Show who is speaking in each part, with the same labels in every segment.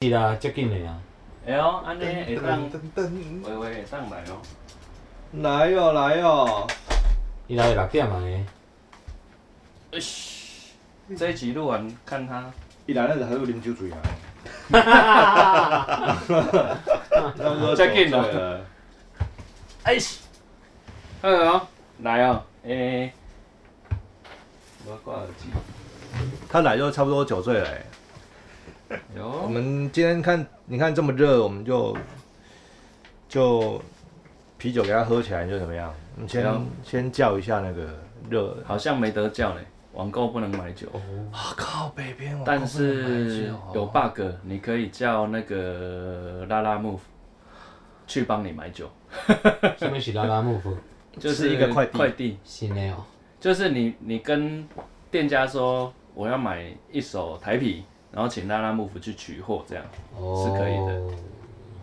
Speaker 1: 是啦，接近的啊。
Speaker 2: 会哦，安尼会当
Speaker 3: 噔噔噔，
Speaker 2: 微微会当来哦。
Speaker 3: 来哦来哦，
Speaker 1: 伊来六点啊呢，
Speaker 2: 嘘，这一集录完看他，
Speaker 3: 伊来咱就还有啉酒醉啊，差不多
Speaker 2: 再见
Speaker 3: 酒
Speaker 2: 了
Speaker 3: 醉了，
Speaker 2: 哎嘘，好哦，来哦，诶，我挂耳机。
Speaker 3: 他来就差不多酒醉了欸。我
Speaker 2: 哟，
Speaker 3: 们今天看你看这么热，我们就就啤酒给他喝起来就怎么样？我们先
Speaker 2: 行
Speaker 3: 先叫一下那个热
Speaker 2: 好像没得叫嘞，网购不能买酒，
Speaker 3: 啊靠北边，我
Speaker 2: 但
Speaker 3: 根本不能买
Speaker 2: 是
Speaker 3: 酒哦
Speaker 2: 有 bug，你可以叫那个拉拉 move 去帮你买酒，
Speaker 1: 什么是拉拉木夫？
Speaker 2: 就是
Speaker 3: 是一个快递
Speaker 2: 快递。
Speaker 1: 新的哦，
Speaker 2: 就是你你跟店家说我要买一手台啤，然后请拉拉幕府去取货，这样
Speaker 1: 哦
Speaker 2: 是可以的。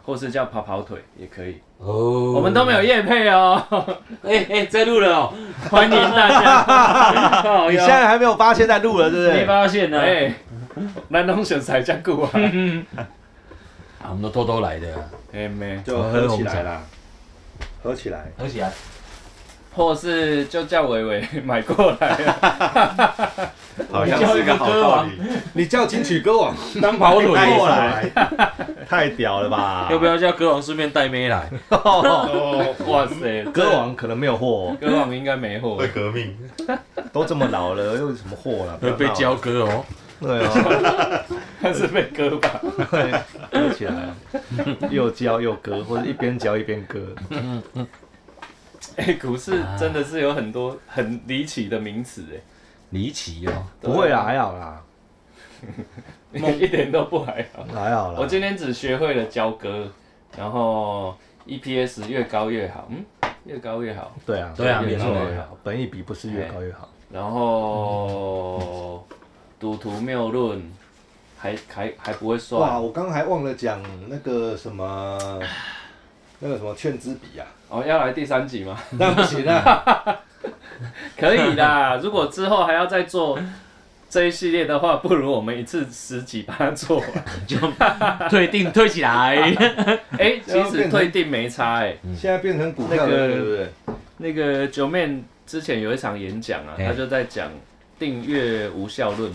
Speaker 2: 或是叫跑跑腿也可以。
Speaker 1: 哦，
Speaker 2: 我们都没有业配 哦，
Speaker 1: 哎哎，在录了哦。
Speaker 2: 欢迎大家。
Speaker 3: 你现在还没有发现在录了，对不
Speaker 2: 没
Speaker 3: 对？
Speaker 2: 发现呢？哎，南东选才加固 啊。
Speaker 1: 啊，我们都偷偷来的啊。
Speaker 2: 哎没，
Speaker 3: 就喝起来啦，喝起来。
Speaker 1: 而且啊，
Speaker 2: 或是就叫伟伟买过来啊。
Speaker 3: 好
Speaker 1: 像是个好道理。
Speaker 3: 你叫金曲歌王
Speaker 1: 当跑腿
Speaker 3: 过，来，太屌了吧？
Speaker 1: 要不要叫歌王顺便带妹来？
Speaker 2: 哇塞，
Speaker 3: 歌王可能没有货
Speaker 2: 歌王应该没货
Speaker 4: 会。革命，
Speaker 3: 哦，都这么老了，又有什么货了？
Speaker 1: 会 被
Speaker 3: 教
Speaker 1: 交割哦。
Speaker 3: 对哦，
Speaker 2: 但是被割吧？
Speaker 3: 对喝起来又教又割，或者一边教一边割。
Speaker 2: 哎，股市真的是有很多很离奇的名词哎。
Speaker 1: 离奇哦，
Speaker 3: 不会啦，还好啦，
Speaker 2: 梦一点都不还好。
Speaker 3: 还好啦。
Speaker 2: 我今天只学会了交割，然后 EPS 越高越好，嗯，越高越好。
Speaker 3: 对啊，
Speaker 1: 对啊
Speaker 3: 没错
Speaker 1: 没
Speaker 2: 错，
Speaker 3: 本益比不是越高越好。
Speaker 2: 然后赌徒谬论还还还不会
Speaker 3: 哇，
Speaker 2: 算
Speaker 3: 我刚刚还忘了讲那个什么，那个什么券资比啊，
Speaker 2: 哦，要来第三集吗？
Speaker 3: 那不行啊，
Speaker 2: 可以啦，如果之后还要再做。这一系列的话，不如我们一次十几把它 做完。
Speaker 1: 退订退起来。
Speaker 2: 哎、其实退订没差哎、
Speaker 3: 现在变成股票了，
Speaker 2: 那个
Speaker 3: 对不对？
Speaker 2: 那个九面之前有一场演讲啊，
Speaker 1: 哎
Speaker 2: 他就在讲订阅无效论，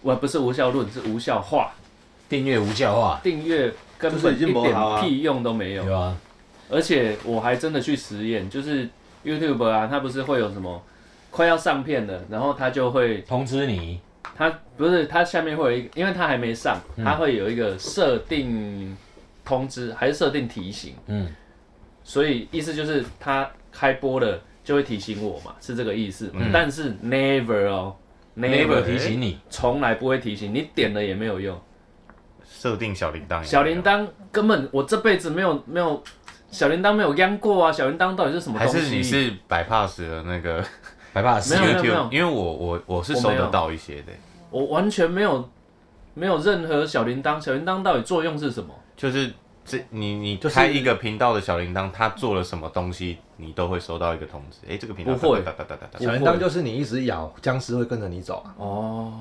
Speaker 2: 我不是无效论，是无效化。
Speaker 1: 订阅无效化，
Speaker 2: 订阅根本一点屁用都没有。
Speaker 1: 有啊，
Speaker 2: 而且我还真的去实验，就是 YouTube 啊，它不是会有什么快要上片了，然后它就会，
Speaker 1: 通知你。
Speaker 2: 它不是它下面会有一个，因为它还没上，
Speaker 4: 嗯
Speaker 2: 它会有一个设定通知，还是设定提醒，
Speaker 1: 嗯，
Speaker 2: 所以意思就是它开播了就会提醒我嘛，是这个意思嘛。
Speaker 4: 嗯
Speaker 2: 但是 never 哦
Speaker 1: never 提醒你，
Speaker 2: 从来不会提醒，你点了也没有用。
Speaker 4: 设定小铃铛，
Speaker 2: 小铃，铛根本我这辈子没有没有小铃铛没有央过啊！小铃铛到底是什么
Speaker 4: 还
Speaker 2: 东西？
Speaker 4: 是你是摆 pass 的那个
Speaker 1: 害怕死
Speaker 2: 没。有没有
Speaker 4: YouTube？因为我我我是收得到一些的，
Speaker 2: 我完全没有没有任何小铃铛，小铃铛到底作用是什么？
Speaker 4: 就是这你你
Speaker 3: 就是
Speaker 4: 开一个频道的小铃铛，它做了什么东西，你都会收到一个通知。哎，这个频道
Speaker 2: 不会
Speaker 4: 哒哒哒哒
Speaker 2: 我
Speaker 4: 哒哒
Speaker 3: 小铃铛就是你一直咬，僵尸会跟着你走啊，
Speaker 2: 哦，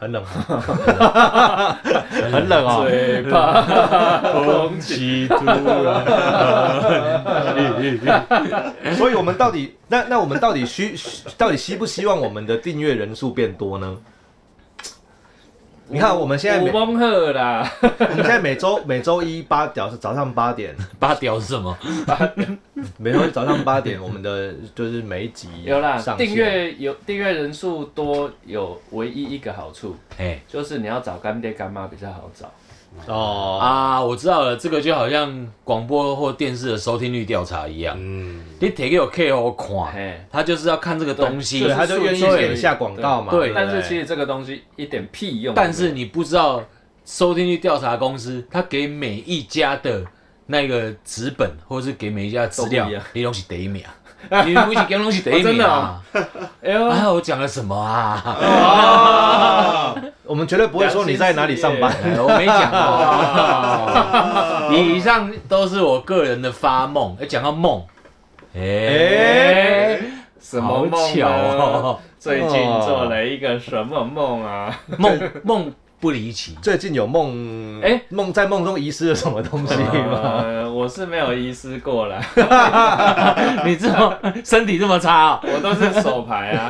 Speaker 3: 很冷啊。
Speaker 1: 很冷哦。
Speaker 2: 嘴巴 空气
Speaker 3: 基督 所以，我们到底那那我们到底需到底希不希望我们的订阅人数变多呢？你看，我们现在每
Speaker 2: 五
Speaker 3: 我
Speaker 2: 公赫啦，
Speaker 3: 们现在每周每周一八早早上八点，
Speaker 1: 八屌是什么？
Speaker 3: 每周一早上八点，我们的就是每一集
Speaker 2: 有啦，
Speaker 3: 上线
Speaker 2: 订阅有订阅人数多有唯一一个好处
Speaker 1: 哎
Speaker 2: 就是你要找干爹干妈比较好找。
Speaker 3: 哦，
Speaker 1: 啊，我知道了，这个就好像广播或电视的收听率调查一样，
Speaker 4: 嗯，
Speaker 1: 你提给我 K O 看，
Speaker 2: 嘿，
Speaker 1: 他就是要看这个东西
Speaker 2: 对就，
Speaker 3: 对，
Speaker 2: 是
Speaker 3: 他就愿意
Speaker 2: 数据
Speaker 3: 点下广告嘛。
Speaker 1: 对
Speaker 3: 不
Speaker 2: 但是其实这个东西一点屁用都没有。
Speaker 1: 但是你不知道收听率调查公司，他给每一家的那个纸本，或者是给每一家的资料
Speaker 2: 都不一样，
Speaker 1: 你东西第一 名，你东西给东西第一
Speaker 2: 哦真
Speaker 1: 名
Speaker 2: 的
Speaker 1: 啊
Speaker 2: 哦！哎呦，
Speaker 1: 啊，我讲了什么 啊？
Speaker 3: 我们绝对不会说你在哪里上班。
Speaker 1: 哎我没讲过。
Speaker 2: 哦
Speaker 1: 以上都是我个人的发梦。哎，讲到梦，哎
Speaker 3: 哎，
Speaker 2: 什么梦啊
Speaker 1: 好巧
Speaker 2: 呢
Speaker 1: 哦？
Speaker 2: 最近做了一个什么梦啊？
Speaker 1: 梦梦不离奇。
Speaker 3: 最近有梦，
Speaker 2: 哎
Speaker 3: 梦在梦中遗失了什么东西吗？
Speaker 2: 呃，我是没有遗失过啦，
Speaker 1: 你这么身体这么差哦，
Speaker 2: 我都是手牌啊。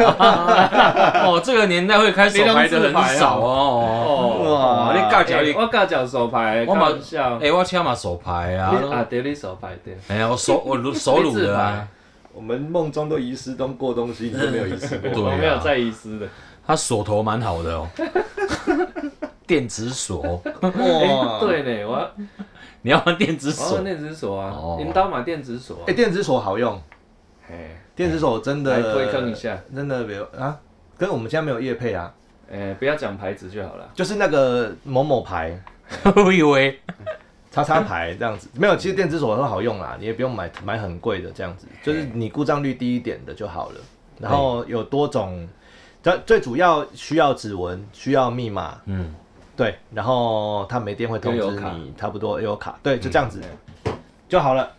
Speaker 1: 哦，这个年代会开手牌的
Speaker 2: 你都自牌
Speaker 1: 很
Speaker 2: 哦
Speaker 1: 少哦。
Speaker 2: 哦，
Speaker 1: 哇，你尬脚你
Speaker 2: 欸，我尬脚手牌，
Speaker 1: 我
Speaker 2: 我
Speaker 1: 嘛
Speaker 2: 马笑。
Speaker 1: 哎，我车嘛手牌啊，
Speaker 2: 你啊，对，你手牌对。
Speaker 1: 哎呀，我手我手乳的啊，
Speaker 3: 我们梦中都遗失东过东西，你都没有遗失过。
Speaker 1: 对
Speaker 2: 我
Speaker 1: 啊
Speaker 2: 没有在遗失的。
Speaker 1: 他锁头蛮好的哦，电子锁，
Speaker 3: 哇
Speaker 2: 哎，， 对呢，我
Speaker 1: 你要玩电子
Speaker 2: 我
Speaker 1: 锁
Speaker 2: 要？电子锁
Speaker 1: 哦
Speaker 2: 啊，引导码电子锁啊
Speaker 3: 哎，。电子锁好用，
Speaker 2: 哎，
Speaker 3: 电子锁真的
Speaker 2: 来推坑一下，
Speaker 3: 真的没有啊。跟我们现在没有业配啊，
Speaker 2: 哎，不要讲牌子就好了。
Speaker 3: 就是那个某某牌、
Speaker 1: 我以为
Speaker 3: 叉叉牌这样子，没有。其实电子锁都好用啦，你也不用买买很贵的这样子，就是你故障率低一点的就好了。然后有多种，最最主要需要指纹，需要密码，
Speaker 1: 嗯，
Speaker 3: 对，然后它没电会通
Speaker 2: 悠游
Speaker 3: 知
Speaker 2: 卡
Speaker 3: 你，差不多有卡，对，就这样子、就好了。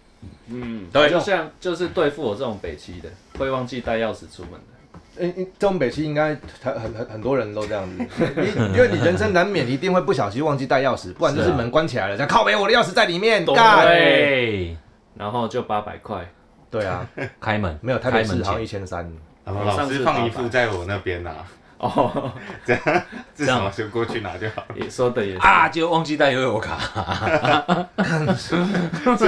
Speaker 2: 嗯，
Speaker 1: 对
Speaker 2: 就像就是对付我这种北七的，会忘记带钥匙出门的。
Speaker 3: 嗯，嗯东北区应该很很很很多人都这样子， 你因为你人生难免一定会不小心忘记带钥匙，不然就是
Speaker 1: 是啊
Speaker 3: 门关起来了，这样靠北我的钥匙在里面，
Speaker 2: 对
Speaker 3: 干，
Speaker 1: 对，
Speaker 2: 然后就八百块，
Speaker 3: 对啊，
Speaker 1: 哎开门
Speaker 3: 没有台北
Speaker 1: 开
Speaker 3: 市
Speaker 1: 门
Speaker 3: 好像
Speaker 1: 前
Speaker 3: 一千三，
Speaker 4: 然后老师放一副在我那边呐、
Speaker 2: 哦，
Speaker 4: 至少就过去拿就好了。
Speaker 2: 也说的也是
Speaker 1: 啊，就忘记带悠游卡，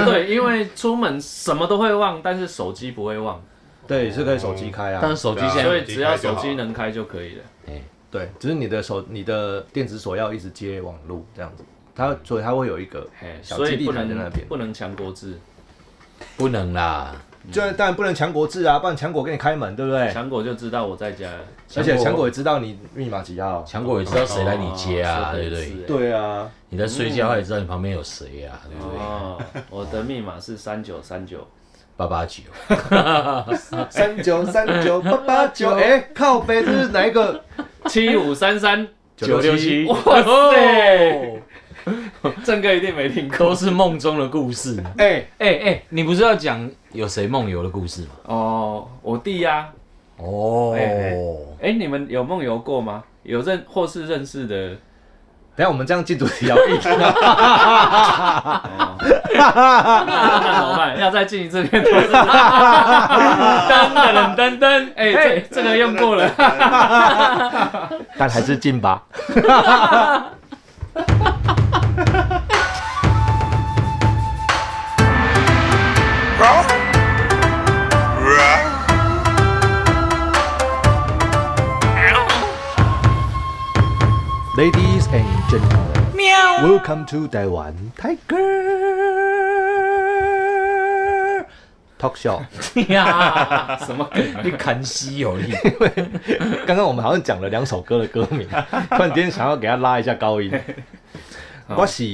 Speaker 2: 对，因为出门什么都会忘，但是手机不会忘，
Speaker 3: 对，是可以手机开
Speaker 1: 哦但
Speaker 3: 啊
Speaker 1: 是，手机
Speaker 4: 对啊
Speaker 1: 现
Speaker 2: 所
Speaker 1: 在
Speaker 2: 以只要手机能开就可以了。
Speaker 3: 对，只是你的手你的电子锁要一直接网路这样子，它所以它会有一个
Speaker 2: 嘿，
Speaker 3: 小
Speaker 2: 所
Speaker 3: 基
Speaker 2: 以
Speaker 3: 地
Speaker 2: 不
Speaker 3: 台在那
Speaker 2: 能
Speaker 3: 边，
Speaker 2: 不能强国制，
Speaker 1: 不能啦，
Speaker 3: 就是当然不能强国制啊，不然强国给你开门，对不对？
Speaker 2: 强国就知道我在家了。
Speaker 3: 而且
Speaker 1: 强
Speaker 3: 强
Speaker 1: 国
Speaker 3: 国也知道你密码几号，
Speaker 1: 强国也知道谁来你接啊，
Speaker 2: 哦
Speaker 1: 对不对？？
Speaker 2: 说得也是欸
Speaker 3: 对啊，
Speaker 1: 你在睡觉，他也知道你旁边有谁啊，对不对？
Speaker 2: 哦，我的密码是三九三九，
Speaker 1: 八八九，
Speaker 3: 三九三九八八 九，哎，靠背这是哪一个？
Speaker 2: 七五三三，
Speaker 1: 967
Speaker 2: 哇塞，正哥一定没听过
Speaker 1: 都是梦中的故事。
Speaker 3: 哎，
Speaker 1: 哎哎，你不是要讲有谁梦游的故事吗？
Speaker 2: 哦，我弟呀、
Speaker 1: 哦，
Speaker 2: 哎、你们有梦游过吗？有认或是认识 的？
Speaker 3: 等一下我们这样进主题要硬啊，
Speaker 2: 哦、那怎么办？要再进一次片头 是吗？
Speaker 1: 噔噔噔，
Speaker 2: 哎、这这个用过了。
Speaker 3: 但还是进吧。Ladies and gentlemen, welcome to Taiwan Tiger Talk Show。
Speaker 1: 呀，
Speaker 2: 什么梗啊？
Speaker 1: 你砍稀有力，
Speaker 3: 刚刚我们好像讲了两首歌的歌名，突然间想要给他拉一下高音。我是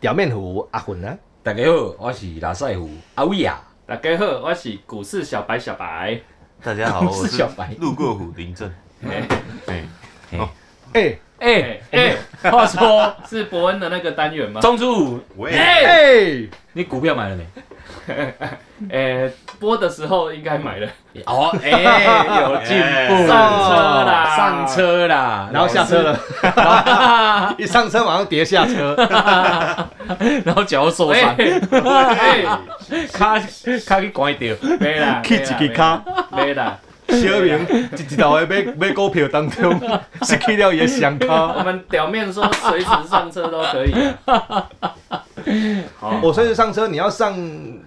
Speaker 3: 表面糊阿混啊，
Speaker 1: 大家好，我是拉塞虎阿伟啊，
Speaker 2: 大家好，我是股市小白小白。
Speaker 4: 大家好，
Speaker 1: 我是小白
Speaker 4: 路过虎林镇。
Speaker 2: 哎、
Speaker 4: 哎，
Speaker 3: 哎
Speaker 1: 哎
Speaker 2: 哎
Speaker 1: 哎
Speaker 2: 哎，
Speaker 1: 话说
Speaker 2: 是伯恩的那个单元吗？
Speaker 1: 中初五
Speaker 4: 喂，
Speaker 3: 哎，
Speaker 1: 你股票买了没？
Speaker 2: 哎、播的时候应该买了，
Speaker 1: 哦， 哎，有进步，
Speaker 2: 上车啦，
Speaker 1: 上。车啦，
Speaker 3: 然后下车了，一上车马上跌下车，
Speaker 1: 然后脚又受
Speaker 2: 哎
Speaker 1: 伤，
Speaker 2: 哎，
Speaker 1: 卡卡给关掉，
Speaker 2: 没啦，
Speaker 3: 去一支卡，
Speaker 2: 没啦。
Speaker 3: 小明一一道的买买股票当中失去了也想
Speaker 2: 我
Speaker 3: 卡。
Speaker 2: 们表面说随时上车都可以啊。好，
Speaker 3: 我随时上车，你要上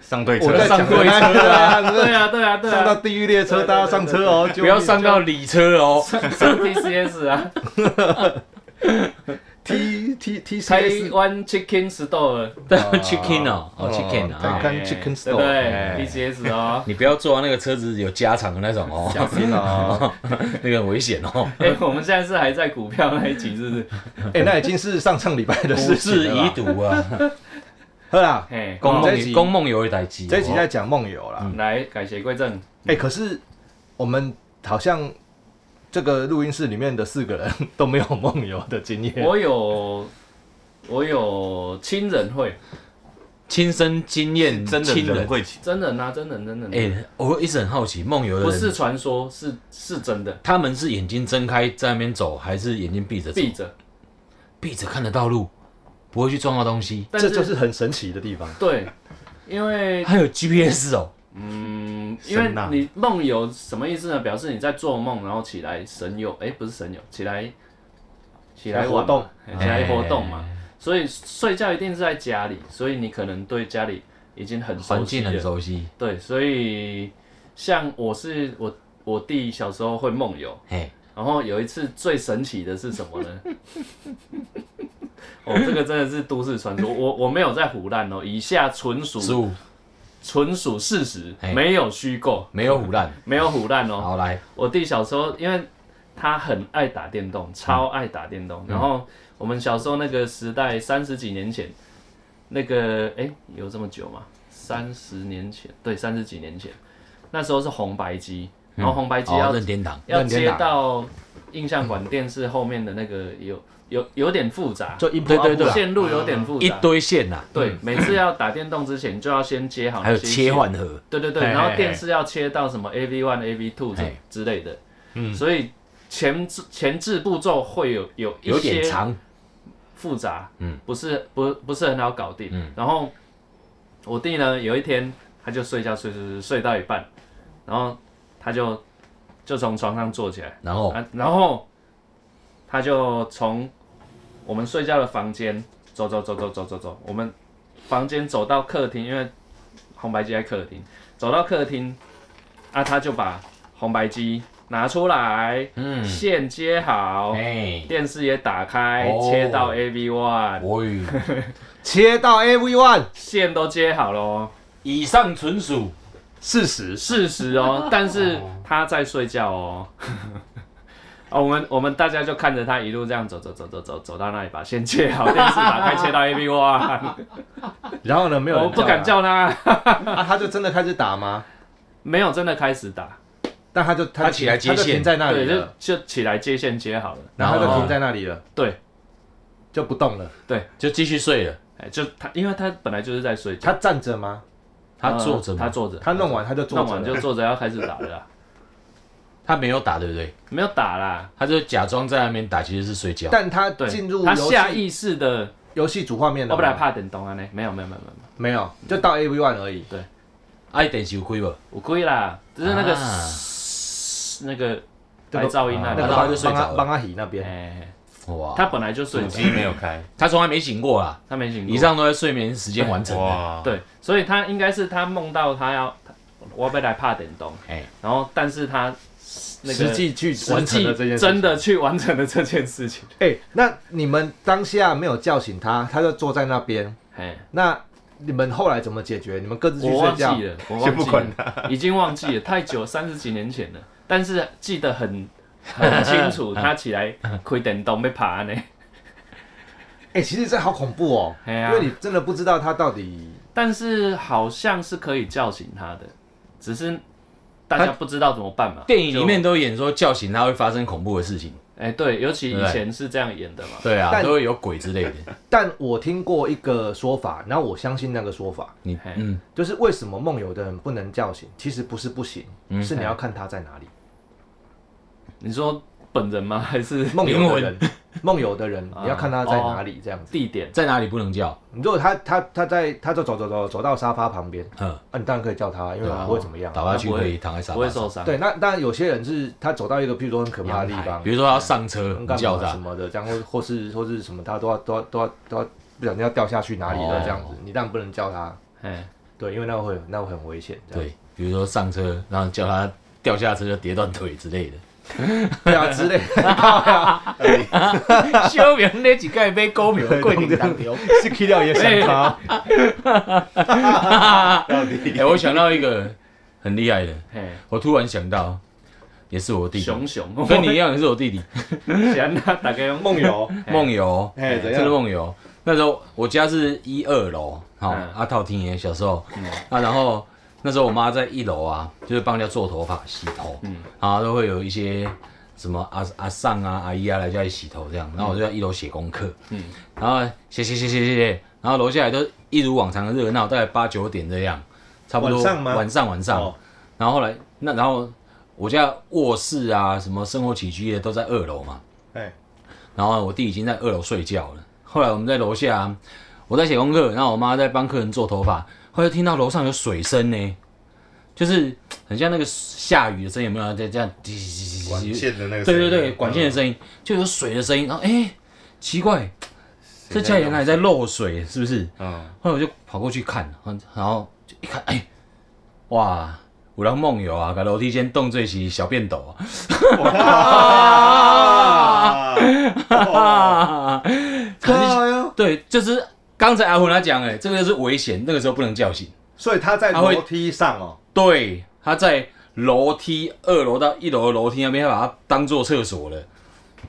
Speaker 4: 上对
Speaker 3: 我
Speaker 4: 车
Speaker 3: 在
Speaker 1: 上
Speaker 3: 讲的
Speaker 1: 对
Speaker 3: 那
Speaker 1: 车啊
Speaker 3: 个
Speaker 2: 对啊，对啊，对
Speaker 3: 上到
Speaker 2: 啊，
Speaker 3: 地狱列
Speaker 2: 对
Speaker 3: 车，
Speaker 2: 对对
Speaker 3: 大家上车哦，
Speaker 1: 不要
Speaker 3: 救命
Speaker 1: 上到里车哦。
Speaker 2: 上 TCS 啊
Speaker 3: T T T
Speaker 2: 台
Speaker 3: C
Speaker 2: 湾 Chicken Store，
Speaker 1: 对，chicken 哦，哦 chicken
Speaker 3: 再
Speaker 1: 啊，
Speaker 3: 看 Chicken
Speaker 2: 对不
Speaker 3: Store，哎
Speaker 2: 对？TCS 哦。
Speaker 1: 你不要坐那个车子有加长的那种哦，
Speaker 3: 小心哦。
Speaker 1: 那个很危险哦。
Speaker 2: 哎，我们现在是还在股票那一集，是不是？
Speaker 3: 哎、那已经是上上礼拜的
Speaker 1: 不
Speaker 3: 事
Speaker 1: 是
Speaker 3: 情了
Speaker 1: 遗
Speaker 3: 啦。
Speaker 1: 毒啊，
Speaker 3: 喝啦，
Speaker 2: 哎，
Speaker 1: 公
Speaker 3: 这一
Speaker 1: 梦
Speaker 3: 集
Speaker 1: 公梦有一哦嗯台机，
Speaker 3: 这一集在讲梦游啦。哎、
Speaker 2: 来改邪归正。
Speaker 3: 可是我们好像这个录音室里面的四个人都没有梦游的经验。
Speaker 2: 我有，我有亲人会，
Speaker 1: 亲身经验，
Speaker 4: 真的
Speaker 1: 亲人
Speaker 4: 人。会起
Speaker 2: 真人啊，真人，真人。
Speaker 1: 哎，我一直很好奇，梦游的
Speaker 2: 不
Speaker 1: 人
Speaker 2: 是传说，是是真的，
Speaker 1: 他们是眼睛睁开在那边走，还是眼睛闭着走？
Speaker 2: 闭着。
Speaker 1: 闭着看得到路，不会去撞到东西，
Speaker 2: 但
Speaker 3: 这就是很神奇的地方。
Speaker 2: 对，因 为
Speaker 1: 还有 GPS 哦，
Speaker 2: 嗯，因为
Speaker 4: 神
Speaker 1: 啊
Speaker 4: 呐
Speaker 2: 你梦游什么意思呢？表示你在做梦，然后起来神游，哎、不是神游，起来起来
Speaker 3: 来活
Speaker 2: 玩嘛
Speaker 3: 动，
Speaker 2: 哎起来活动嘛。所以睡觉一定是在家里，所以你可能对家里已经很熟悉
Speaker 1: 环境很
Speaker 2: 了
Speaker 1: 熟悉，
Speaker 2: 对，所以像我是我我弟小时候会梦游，
Speaker 1: 哎，
Speaker 2: 然后有一次最神奇的是什么 呢？哦，这个真的是都市传说，我我没有在胡乱哦，以下纯
Speaker 1: 十
Speaker 2: 属
Speaker 1: 五
Speaker 2: 纯属事实
Speaker 1: 嘿，
Speaker 2: 没有虚构，
Speaker 1: 没有虎烂，
Speaker 2: 没有胡乱哦。
Speaker 1: 哎好来，
Speaker 2: 我弟小时候，因为他很爱打电动，超爱打电
Speaker 1: 嗯
Speaker 2: 动。然后我们小时候那个时代，三十几年前，那个哎、诶有这么久吗？三十年前，对，三十几年前，那时候是红白机，然后红白机要、
Speaker 1: 哦任天堂，
Speaker 2: 要
Speaker 3: 任天
Speaker 2: 接
Speaker 3: 堂
Speaker 2: 到印象馆电视后面的那个有有有点复杂，
Speaker 3: 就一
Speaker 1: 对对对
Speaker 2: 线路有啊点复
Speaker 1: 一
Speaker 2: 杂。
Speaker 1: 堆线呐，
Speaker 2: 对，每次要打电动之前就要先接好，
Speaker 1: 还有切。换盒，
Speaker 2: 对对对，
Speaker 4: 嘿嘿
Speaker 2: 然后电视要切到什么 AV one、AV two
Speaker 1: 嘿嗯
Speaker 2: 之类的，所以前置前置步骤会有有一
Speaker 1: 有点
Speaker 2: 些
Speaker 1: 长，
Speaker 2: 复杂，
Speaker 1: 嗯
Speaker 2: 不是不不是很好搞定。然后我弟呢，有一天他就睡觉睡睡睡睡到一半，然后他就就从床上坐起来，
Speaker 1: 然后
Speaker 2: 啊，然后他就从我们睡觉的房间走走走走走走走，我们房间走到客厅，因为红白机在客厅，走到客厅，啊，他就把红白机拿出来，
Speaker 1: 嗯，
Speaker 2: 线接好，
Speaker 1: 哎，
Speaker 2: 电视也打开，
Speaker 1: 哦
Speaker 2: 切到 AV One，
Speaker 1: 我与
Speaker 3: 切到 AV One
Speaker 2: 线都接好喽，
Speaker 1: 以上纯属
Speaker 3: 事实，
Speaker 2: 事实 哦，但是他在睡觉哦。 哦，我们我们大家就看着他一路这样走走走走走走到那里吧，先切好电视，打开切到 A B One，
Speaker 3: 然后呢， 没有人
Speaker 2: 我不敢叫
Speaker 3: 叫
Speaker 2: 他，
Speaker 3: 他，啊他就真的开始打吗？
Speaker 2: 没有真的开始打，
Speaker 3: 但他就
Speaker 1: 他
Speaker 3: 他
Speaker 1: 起来接
Speaker 3: 他就
Speaker 1: 线哦
Speaker 3: 停在那里
Speaker 2: 对，就
Speaker 3: 了，
Speaker 2: 就起来接线接好了，
Speaker 3: 然后他
Speaker 1: 然
Speaker 3: 就
Speaker 1: 后
Speaker 3: 停在那里了，
Speaker 2: 对，
Speaker 3: 就不动了。
Speaker 1: 就继续睡了，
Speaker 2: 哎，就他，因为他本来就是在睡觉，
Speaker 3: 他站着吗？
Speaker 1: 他
Speaker 2: 呃
Speaker 1: 坐着吗
Speaker 2: 他坐着，
Speaker 3: 他弄完他就坐着
Speaker 2: 弄
Speaker 3: 了，
Speaker 2: 完就
Speaker 1: 嗯
Speaker 2: 坐着要开始打了 啦，
Speaker 1: 他没有打对不对？
Speaker 2: 没有打啦，
Speaker 1: 他就假装在那边打，其实是睡觉。
Speaker 3: 但他
Speaker 2: 对，
Speaker 3: 进入
Speaker 2: 他
Speaker 3: 游
Speaker 2: 下
Speaker 3: 戏
Speaker 2: 意识的，
Speaker 3: 游戏主画面了
Speaker 2: 我
Speaker 3: 吗，
Speaker 2: 本来怕等东啊呢，没有没有没有没有，
Speaker 3: 没有，就到 AV One 而已。
Speaker 1: 爱电视有开无？
Speaker 2: 我故意啦，就是那个、
Speaker 1: 啊
Speaker 2: 那个
Speaker 3: 这
Speaker 2: 白
Speaker 3: 个
Speaker 2: 噪音那
Speaker 1: 啊
Speaker 2: 里
Speaker 3: 那。个
Speaker 1: 然后他就睡
Speaker 3: 帮
Speaker 1: 着
Speaker 3: 他
Speaker 1: 了
Speaker 3: 帮他洗那边，
Speaker 2: 哎，
Speaker 1: 哇，
Speaker 2: 他本来就睡
Speaker 4: 主
Speaker 2: 着，
Speaker 4: 机没有开，
Speaker 1: 他从来没醒过啦，
Speaker 2: 他没醒过。
Speaker 1: 以上都在睡眠时间完成的。
Speaker 4: 哇，
Speaker 2: 对，所以他应该是他梦到他要他我被来怕点东，
Speaker 1: 哎，
Speaker 2: 然后但是他那个
Speaker 3: 实际去完成了这件事情。
Speaker 2: 真的去完成了这件事情。
Speaker 3: 哎、那你们当下没有叫醒他，他就坐在那边。
Speaker 2: 哎，
Speaker 3: 那你们后来怎么解决？你们各自去
Speaker 2: 我
Speaker 3: 睡
Speaker 2: 忘记
Speaker 3: 觉，
Speaker 2: 了，我
Speaker 4: 先
Speaker 2: 忘
Speaker 4: 不
Speaker 2: 记
Speaker 4: 管
Speaker 2: 了，已经忘记了，太久，三十几年前了，但是记得很很清楚，他起来开电动被爬呢。
Speaker 3: 哎、其实这好恐怖哦、
Speaker 2: 哎呀
Speaker 3: 因为你真的不知道他到底
Speaker 2: 但是好像是可以叫醒他的，只是大家
Speaker 1: 他
Speaker 2: 不知道怎么办嘛。
Speaker 1: 电影里
Speaker 2: 就
Speaker 1: 面都演说叫醒他会发生恐怖的事情，
Speaker 2: 哎、对，尤其
Speaker 1: 对
Speaker 2: 以前是这样演的嘛。
Speaker 1: 对啊，
Speaker 3: 但
Speaker 1: 都会有鬼之类的。
Speaker 3: 但我听过一个说法，然后我相信那个说法，
Speaker 1: 你
Speaker 2: 嘿
Speaker 1: 嗯，
Speaker 3: 就是为什么梦游的人不能叫醒？其实不是不行，
Speaker 1: 嗯
Speaker 3: 是你要看他在 哪里。
Speaker 2: 你说本人吗？还是
Speaker 3: 梦游的
Speaker 1: 灵
Speaker 3: 人，梦游的人，
Speaker 2: 啊
Speaker 3: 你要看他在哪里这样子。
Speaker 2: 地点？
Speaker 1: 在哪里不能叫？
Speaker 3: 如果他他他在他就走走走走到沙发旁边，
Speaker 1: 嗯，
Speaker 3: 啊，你当然可以叫他，因为
Speaker 1: 对
Speaker 3: 我
Speaker 1: 啊
Speaker 3: 们不会怎么样。
Speaker 1: 倒下去
Speaker 2: 不会
Speaker 1: 可以躺在沙
Speaker 2: 不
Speaker 1: 发
Speaker 2: 会
Speaker 1: 上。
Speaker 2: 受伤。
Speaker 3: 对，那当然有些人是他走到一个，譬如说很可怕的地方
Speaker 1: 比，如啊说他要上车，你
Speaker 3: 干
Speaker 1: 叫
Speaker 3: 嘛
Speaker 1: 他
Speaker 3: 什，么的，这样或或是或是什么，他都要都要都要都要不小心要掉下去哪里
Speaker 1: 哦
Speaker 3: 了这样子，你当然不能叫他，
Speaker 2: 哎，
Speaker 3: 对，因为那会那会很危险。这样，
Speaker 1: 对，比如说上车，然后叫他掉下车就跌断腿之类的。
Speaker 3: 对啊之类 的，
Speaker 1: 小明那几盖被高 明贵定当掉。
Speaker 3: 是 K 掉也想 他，
Speaker 4: 到底
Speaker 1: 哎，我想到一个很厉害的，
Speaker 2: 哎，
Speaker 1: 我突然想到，也是我弟弟，
Speaker 2: 熊熊，
Speaker 1: 跟你一样也是我弟弟，
Speaker 2: 想他大概用
Speaker 3: 梦游，
Speaker 1: 梦游。
Speaker 3: 哎，怎
Speaker 1: 真的
Speaker 3: 样？
Speaker 1: 梦游。那时候我家是一二楼，好、
Speaker 2: 嗯
Speaker 1: 阿套听爷小时候，
Speaker 3: 嗯
Speaker 1: 啊，然后那时候我妈在一楼啊，就是帮人家做头发、洗头，嗯，然后都会有一些什么阿阿上啊、阿姨啊来家里洗头这样，然
Speaker 3: 嗯
Speaker 1: 后我就在一楼写功课，嗯，然后写写写写写写，然后楼下来都一如往常的热闹，大概八九点这样，差不多
Speaker 3: 晚上吗
Speaker 1: 晚上晚上
Speaker 3: 哦
Speaker 1: 然后后来那然后我家卧室啊，什么生活起居的都在二楼嘛，
Speaker 3: 哎，
Speaker 1: 然后我弟已经在二楼睡觉了。后来我们在楼下，我在写功课，然后我妈在帮客人做头发，后来听到楼上有水声呢，就是很像那个下雨的声音，有没啊有？在这样滴滴滴滴滴
Speaker 4: 管
Speaker 1: 滴
Speaker 4: 线的那个声
Speaker 1: 对
Speaker 4: 音，
Speaker 1: 对对，管线的
Speaker 4: 嗯
Speaker 1: 声音，就有水的声音。然后哎、奇怪，这
Speaker 4: 谁在
Speaker 1: 家原
Speaker 4: 弄
Speaker 1: 来在漏水，是不是？
Speaker 4: 嗯，
Speaker 1: 后来我就跑过去看，然后然后就一看，哎、哇，有人梦游啊，把楼梯间动最起小便斗哎
Speaker 4: 啊，
Speaker 1: 啊，可是
Speaker 3: 靠哟！
Speaker 1: 对，就是刚才阿虎他讲，哎，这个就是危险，那个时候不能叫醒。
Speaker 3: 所以他在
Speaker 1: 他会
Speaker 3: 楼梯上哦，
Speaker 1: 对，他在楼梯二楼到一楼的楼梯那边，他把它当做厕所了。
Speaker 2: 啊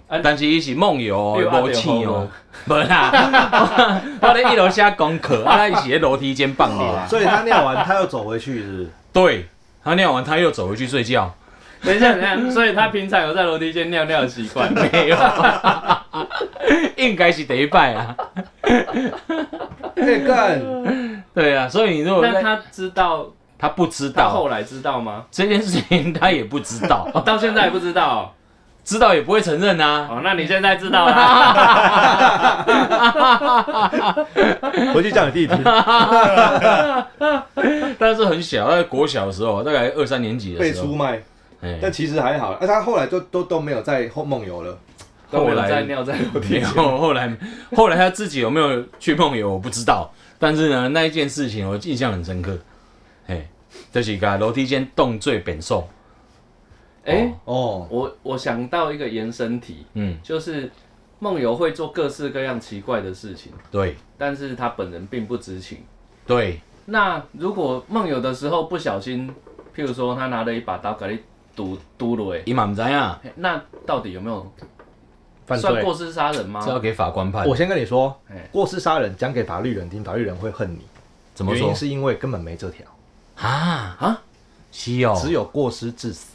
Speaker 2: 哎
Speaker 1: 但是一起梦游哦，
Speaker 2: 你有
Speaker 1: 漏气
Speaker 2: 按到
Speaker 1: 哦
Speaker 2: 吗，
Speaker 1: 不啦，我在一楼下功课，啊，他一起在楼梯间放尿。
Speaker 3: 所以他尿完他又走回去，是不是？
Speaker 1: 对他尿完，他又走回去睡觉。
Speaker 2: 等一下，等一下，所以他平常有在楼梯间尿尿的习惯。
Speaker 1: 没有，应该是第一拜啊。
Speaker 3: 那个
Speaker 1: 对啊，所以你如果
Speaker 2: 那
Speaker 1: 在
Speaker 2: 他知道，
Speaker 1: 他不知
Speaker 2: 他
Speaker 1: 道
Speaker 2: 后来知道吗？
Speaker 1: 这件事情，他也不知道，
Speaker 2: 到现在还不知道
Speaker 1: 知道也不会承认
Speaker 2: 哦。
Speaker 1: 啊。
Speaker 2: 哦那你现在知道啦。
Speaker 3: 回去叫你弟弟，
Speaker 1: 但是很小，在国小的时候，大概二三年级的
Speaker 3: 被
Speaker 1: 时候
Speaker 3: 出，卖，
Speaker 1: 哎
Speaker 3: 但其实还好。那他后来就都都没有在后梦游了。
Speaker 2: 都没
Speaker 1: 后
Speaker 2: 有在
Speaker 1: 来
Speaker 2: 尿在楼梯
Speaker 1: 没有，
Speaker 2: 间。
Speaker 1: 后来后来他自己有没有去梦游，我不知道。但是呢，那一件事情我印象很深刻，哎，就是个楼梯间动最扁瘦，
Speaker 2: 哎
Speaker 1: 哦，
Speaker 3: 哦，
Speaker 2: 我我想到一个延伸题，
Speaker 1: 嗯，
Speaker 2: 就是梦游会做各式各样奇怪的事情，
Speaker 1: 对
Speaker 2: 但是他本人并不知情。
Speaker 1: 对，
Speaker 2: 那如果梦游的时候不小心，譬如说他拿了一把刀给你堵堵了，哎，
Speaker 1: 伊嘛唔知啊，
Speaker 2: 嘿那到底有没有
Speaker 3: 犯
Speaker 2: 算
Speaker 3: 罪。
Speaker 2: 过失杀人吗
Speaker 1: 这？要给法官判
Speaker 3: 我。先跟你说
Speaker 2: 哎，
Speaker 3: 过失杀人讲给法律人听，法律人会恨你。
Speaker 1: 怎么
Speaker 3: 原
Speaker 1: 说
Speaker 3: 因是因为根本没这条，
Speaker 1: 啊？
Speaker 2: 啊？
Speaker 1: 西哦，
Speaker 3: 只有过失致死。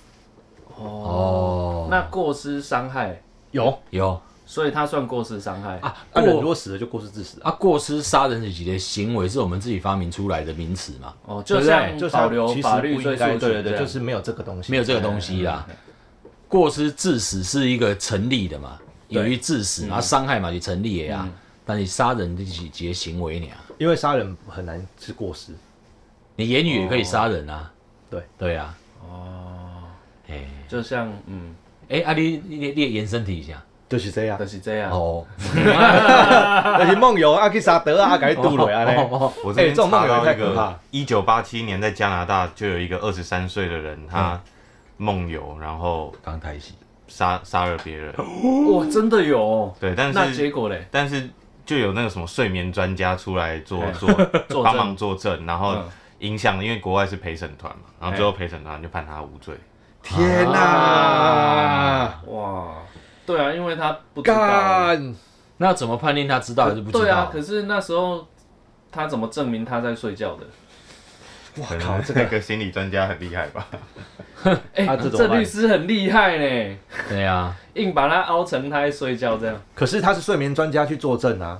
Speaker 1: 哦，
Speaker 2: 那过失伤害，
Speaker 3: 有
Speaker 1: 有
Speaker 2: 所以他算过失伤害。
Speaker 1: 啊
Speaker 3: 啊，人如
Speaker 1: 过
Speaker 3: 果死了就过失致死啊。
Speaker 1: 啊过失杀人自己的行为是我们自己发明出来的名词嘛，
Speaker 2: 哦，就
Speaker 3: 对不对
Speaker 2: 像
Speaker 3: 就是
Speaker 2: 保留
Speaker 3: 其实
Speaker 2: 法律
Speaker 3: 不
Speaker 2: 追
Speaker 3: 应
Speaker 2: 诉
Speaker 3: 该
Speaker 2: 权
Speaker 3: 对对
Speaker 2: 这
Speaker 3: 对，
Speaker 2: 样
Speaker 3: 就是没有这个东西，
Speaker 1: 没有这个东西
Speaker 2: 哎
Speaker 1: 啦。过失致死是一个成立的嘛，
Speaker 3: 对
Speaker 1: 由于致死，然后伤害嘛就成立的呀
Speaker 2: 嗯。
Speaker 1: 但你杀人自己的行为呢？
Speaker 3: 因为杀人很难是过失。
Speaker 1: 你言语也可以杀人啊。
Speaker 3: 对
Speaker 1: 对啊，
Speaker 2: 哦，
Speaker 1: 哎
Speaker 2: 就像嗯，
Speaker 1: 哎，阿丽，你你你也延伸提一下
Speaker 3: 就是这样
Speaker 2: 就，是这样。
Speaker 1: 哦。
Speaker 3: 而且梦游啊，去杀德啊，给杜了啊嘞。
Speaker 4: 我
Speaker 3: 哎
Speaker 4: 这边
Speaker 3: 这种梦
Speaker 4: 查
Speaker 3: 游也
Speaker 4: 到
Speaker 3: 太
Speaker 4: 一
Speaker 3: 可怕
Speaker 4: 个
Speaker 3: 了，
Speaker 4: 一九八七年在加拿大就有一个二十三岁的人，他梦游，然后
Speaker 1: 刚开始，
Speaker 4: 杀杀了别人，
Speaker 2: 哇，真的有哦。
Speaker 4: 对，但
Speaker 2: 那
Speaker 4: 是
Speaker 2: 结果嘞？
Speaker 4: 但是就有那个什么睡眠专家出来做
Speaker 2: 哎
Speaker 4: 做
Speaker 2: 作证
Speaker 4: 帮忙作证，然后
Speaker 2: 嗯
Speaker 4: 影响，因为国外是陪审团嘛，然后最后陪审团就判他无罪。
Speaker 3: 天哪！
Speaker 2: 嗯哇，对啊，因为他不知道。
Speaker 3: 干，
Speaker 1: 那怎么判定他知道还是不知
Speaker 2: 对啊
Speaker 1: 道，？
Speaker 2: 可是那时候他怎么证明他在睡觉的？
Speaker 3: 我
Speaker 4: 可能
Speaker 3: 靠，这
Speaker 4: 那
Speaker 3: 个
Speaker 4: 个心理专家很厉害吧？
Speaker 2: 哎、
Speaker 3: 啊这怎么
Speaker 2: 这
Speaker 3: 办
Speaker 2: 律师很厉害呢，
Speaker 1: 对啊，
Speaker 2: 硬把他凹成他在睡觉这样。
Speaker 3: 可是他是睡眠专家去作证啊，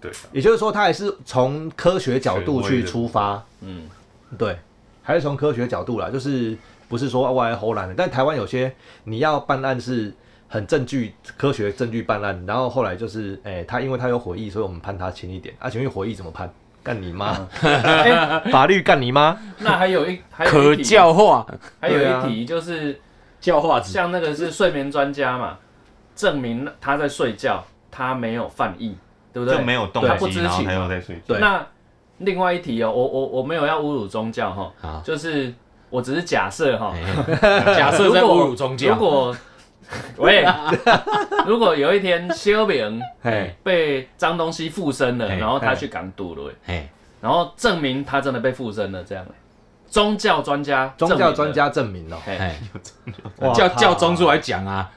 Speaker 4: 对啊，
Speaker 3: 也就是说他还是从科学角度去出发，
Speaker 2: 嗯，
Speaker 3: 对，还是从科学角度啦，就是不是说外来侯兰的，但台湾有些你要办案是很证据科学证据办案，然后后来就是，哎、他因为他有火意，所以我们判他轻一点，啊，请问火意怎么判？干你妈！ 法律干你妈！
Speaker 2: 那还有一还有
Speaker 1: 可
Speaker 2: 一题，
Speaker 1: 教化，
Speaker 2: 还有
Speaker 3: 对
Speaker 2: 一
Speaker 3: 啊
Speaker 2: 题就是
Speaker 1: 教化子
Speaker 2: 像那个是睡眠专家嘛，证明他在睡觉，他没有犯意，对不对？
Speaker 4: 就没有动
Speaker 2: 他不
Speaker 4: 机，
Speaker 2: 知
Speaker 4: 然后
Speaker 2: 情哦
Speaker 4: 他。又在睡觉。
Speaker 3: 对
Speaker 2: 那另外一题哦，我我我没有要侮辱宗教哈、
Speaker 1: 好
Speaker 2: 就是我只是假设哈、
Speaker 1: 哎 假设在
Speaker 2: 如果
Speaker 1: 侮辱宗
Speaker 2: 哦如
Speaker 1: 教，
Speaker 2: 果喂，如果有一天修明
Speaker 1: 哎
Speaker 2: 被张东西附身了，
Speaker 1: 嘿
Speaker 2: 然后他去港赌了，
Speaker 1: 哎，
Speaker 2: 然后证明他真的被附身了，这样，宗教专家，
Speaker 3: 宗教专，家证明了、哦
Speaker 2: 哎，
Speaker 1: 哎，
Speaker 3: 哇
Speaker 1: 叫
Speaker 3: 靠
Speaker 1: 叫宗主来讲啊，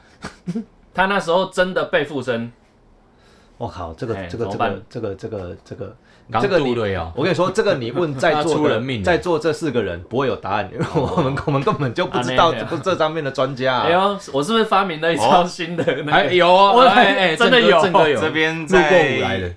Speaker 2: 他那时候真的被附身，
Speaker 3: 我靠，这个
Speaker 2: 哎
Speaker 3: 这个
Speaker 2: 怎
Speaker 3: 这
Speaker 2: 么
Speaker 3: 个
Speaker 2: 办
Speaker 3: 这个这个这个
Speaker 1: 刚
Speaker 3: 这个你
Speaker 1: 杜瑞哦，
Speaker 3: 我跟你说，这个你问在座
Speaker 1: 那
Speaker 3: 的
Speaker 1: 出人命了
Speaker 3: 在座这四个人不会有答案，因为我们我们根本就不知道
Speaker 2: 啊那样
Speaker 3: 这这方面的专家、
Speaker 2: 哎
Speaker 3: 啊。
Speaker 2: 呦，我是不是发明了一招新的那
Speaker 1: 哎
Speaker 2: 个？
Speaker 1: 有哦，
Speaker 2: 我
Speaker 1: 哎哎，
Speaker 2: 真
Speaker 1: 郑哥
Speaker 2: 的有
Speaker 1: 郑哥有
Speaker 4: 这边
Speaker 1: 路过五来
Speaker 4: 在
Speaker 1: 的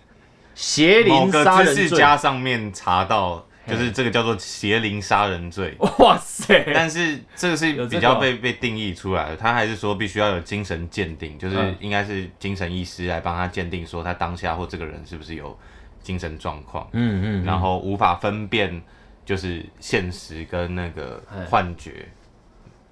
Speaker 1: 邪
Speaker 4: 某
Speaker 1: 灵
Speaker 4: 个
Speaker 1: 杀
Speaker 4: 知
Speaker 1: 人
Speaker 4: 识
Speaker 1: 罪，
Speaker 4: 家上面查到就是这个叫做邪灵杀人罪。
Speaker 2: 哇塞，
Speaker 4: 但是这个是
Speaker 2: 哦有这
Speaker 4: 比较
Speaker 2: 个哦
Speaker 4: 被被定义出来的，他还是说必须要有精神鉴定，就是
Speaker 2: 嗯
Speaker 4: 应该是精神医师来帮他鉴定，说他当下或这个人是不是有精神状况，
Speaker 1: 嗯嗯，
Speaker 4: 然后无法分辨就是现实跟那个
Speaker 2: 哎
Speaker 4: 幻觉。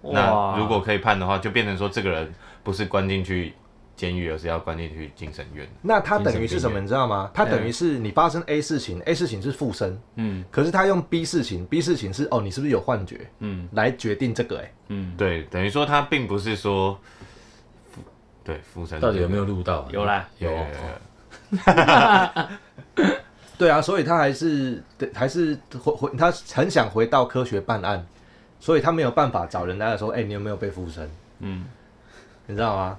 Speaker 4: 那如果可以判的话，就变成说这个人不是关进去监狱，而是要关进去精神院。
Speaker 3: 那它等于是什么，你知道吗？它
Speaker 2: 嗯
Speaker 3: 等于是你发生 A 事情，A 事情是附身，
Speaker 2: 嗯
Speaker 3: 可是他用 B 事情，B 事情是哦，你是不是有幻觉
Speaker 2: 嗯
Speaker 3: 来决定这个、欸？
Speaker 2: 嗯，
Speaker 4: 对，等于说他并不是说附对附身
Speaker 1: 到底有没有录到啊？
Speaker 2: 有啦，
Speaker 1: 有
Speaker 4: 有
Speaker 1: 哦，
Speaker 3: 对啊，所以他还是对还是回回，他很想回到科学办案，所以他没有办法找人来说，哎、你有没有被附身？
Speaker 2: 嗯，
Speaker 3: 你知道吗？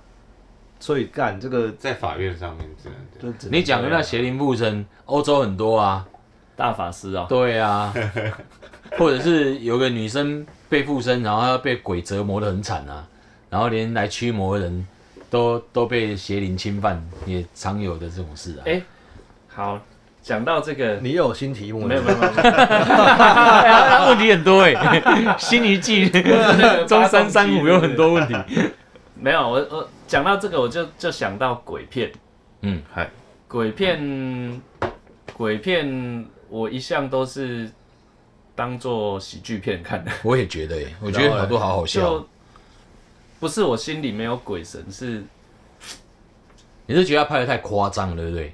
Speaker 3: 所以干这个
Speaker 4: 在法院上面只能这样
Speaker 3: 就只能
Speaker 1: 你讲的那邪灵附身，欧洲很多啊，
Speaker 2: 大法师啊，
Speaker 1: 对啊， 或者是有个女生被附身，然后她被鬼折磨的很惨啊，然后连来驱魔的人都都被邪灵侵犯，也常有的这种事啊。
Speaker 2: 哎好，讲到这个，
Speaker 3: 你又有新题目了，
Speaker 2: 没有没有没有，
Speaker 1: 他问题很多哎、 新一季啊
Speaker 2: 中山三虎有很
Speaker 1: 多问题。
Speaker 2: 没有，我我讲到这个，我就就想到鬼片，
Speaker 1: 嗯，
Speaker 4: 嗨，
Speaker 2: 鬼片，鬼片，我一向都是当做喜剧片看的，
Speaker 1: 我也觉得哎、我觉得好多好好笑。
Speaker 4: 哦
Speaker 2: 就不是我心里没有鬼神，是
Speaker 1: 你是觉得他拍的太夸张了，对不对？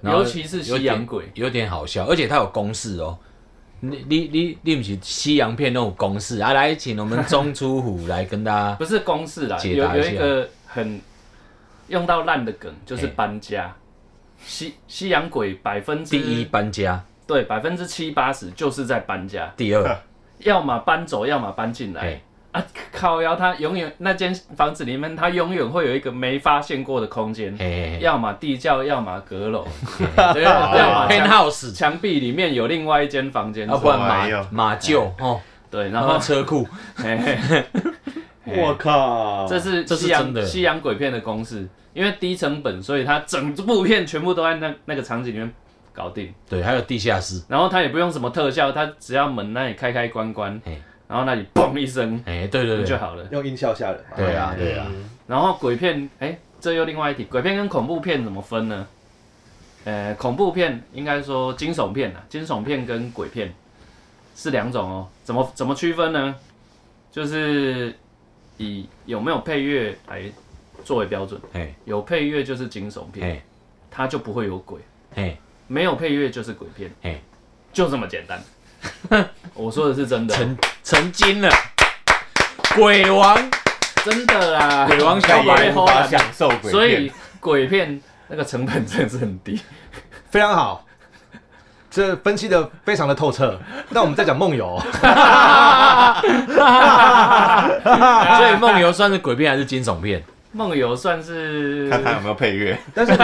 Speaker 1: 然后
Speaker 2: 尤其是西洋鬼
Speaker 1: 有点有点好笑，而且他有公式哦。你你你你不是西洋片那种公式啊？来，请我们钟楚虎来跟大家
Speaker 2: 不是公式啦，
Speaker 1: 解
Speaker 2: 有
Speaker 1: 答一
Speaker 2: 有
Speaker 1: 下
Speaker 2: 一个很用到烂的梗，就是搬家。西西洋鬼百分之
Speaker 1: 第一搬家，
Speaker 2: 对百分之七八十就是在搬家，
Speaker 1: 第 二，
Speaker 2: 要么搬走，要么搬进来
Speaker 1: 哎。
Speaker 2: 啊靠腰，他永远那间房子里面，他永远会有一个没发现过的空间，
Speaker 1: 嘿嘿
Speaker 2: 要么地窖，要么阁楼，
Speaker 1: 嘿
Speaker 2: 要么
Speaker 1: ，Pen
Speaker 2: 墙
Speaker 1: House，
Speaker 2: 墙壁里面有另外一间房间
Speaker 1: 啊，，不然
Speaker 4: 哎呦
Speaker 1: 马马厩哦，
Speaker 2: 对，然
Speaker 1: 然
Speaker 2: 后
Speaker 1: 后车库，
Speaker 2: 嘿嘿嘿
Speaker 4: 我靠
Speaker 2: 这是
Speaker 1: 哦这是
Speaker 2: 西
Speaker 1: 真的
Speaker 2: 洋西洋鬼片的公式，因为低成本，所以它整部片全部都在那那个场景里面搞定，
Speaker 1: 对，还有地下室，
Speaker 2: 然后它也不用什么特效，它只要门那里开开关关
Speaker 1: 嘿，
Speaker 2: 然后那里嘣一声
Speaker 1: 哎，对对
Speaker 2: 就
Speaker 1: 对，
Speaker 2: 好了。
Speaker 3: 用音效吓人嘛？
Speaker 1: 对啊对啊，
Speaker 2: 然后鬼片，哎、这又另外一题，鬼片跟恐怖片怎么分呢？呃，恐怖片应该说惊悚片啊，惊悚片跟鬼片是两种哦。怎么怎么区分呢？就是以有没有配乐来作为标准，
Speaker 1: 哎
Speaker 2: 有配乐就是惊悚片，
Speaker 1: 哎
Speaker 2: 它就不会有鬼；
Speaker 1: 哎，
Speaker 2: 没有配乐就是鬼片，
Speaker 1: 哎
Speaker 2: 就这么简单。我说的是真的，
Speaker 1: 成成精了，鬼 王
Speaker 2: 真的啦，
Speaker 1: 鬼王小
Speaker 4: 小
Speaker 1: 白
Speaker 4: 白无法享受鬼片，
Speaker 2: 所以鬼片那个成本真的是很 低。
Speaker 3: 非常好，这分析的非常的透彻。那我们再讲梦游，
Speaker 1: 所 以梦游算是鬼片还是惊悚片？
Speaker 2: 梦游算是
Speaker 4: 看他有没有配乐。
Speaker 3: 但是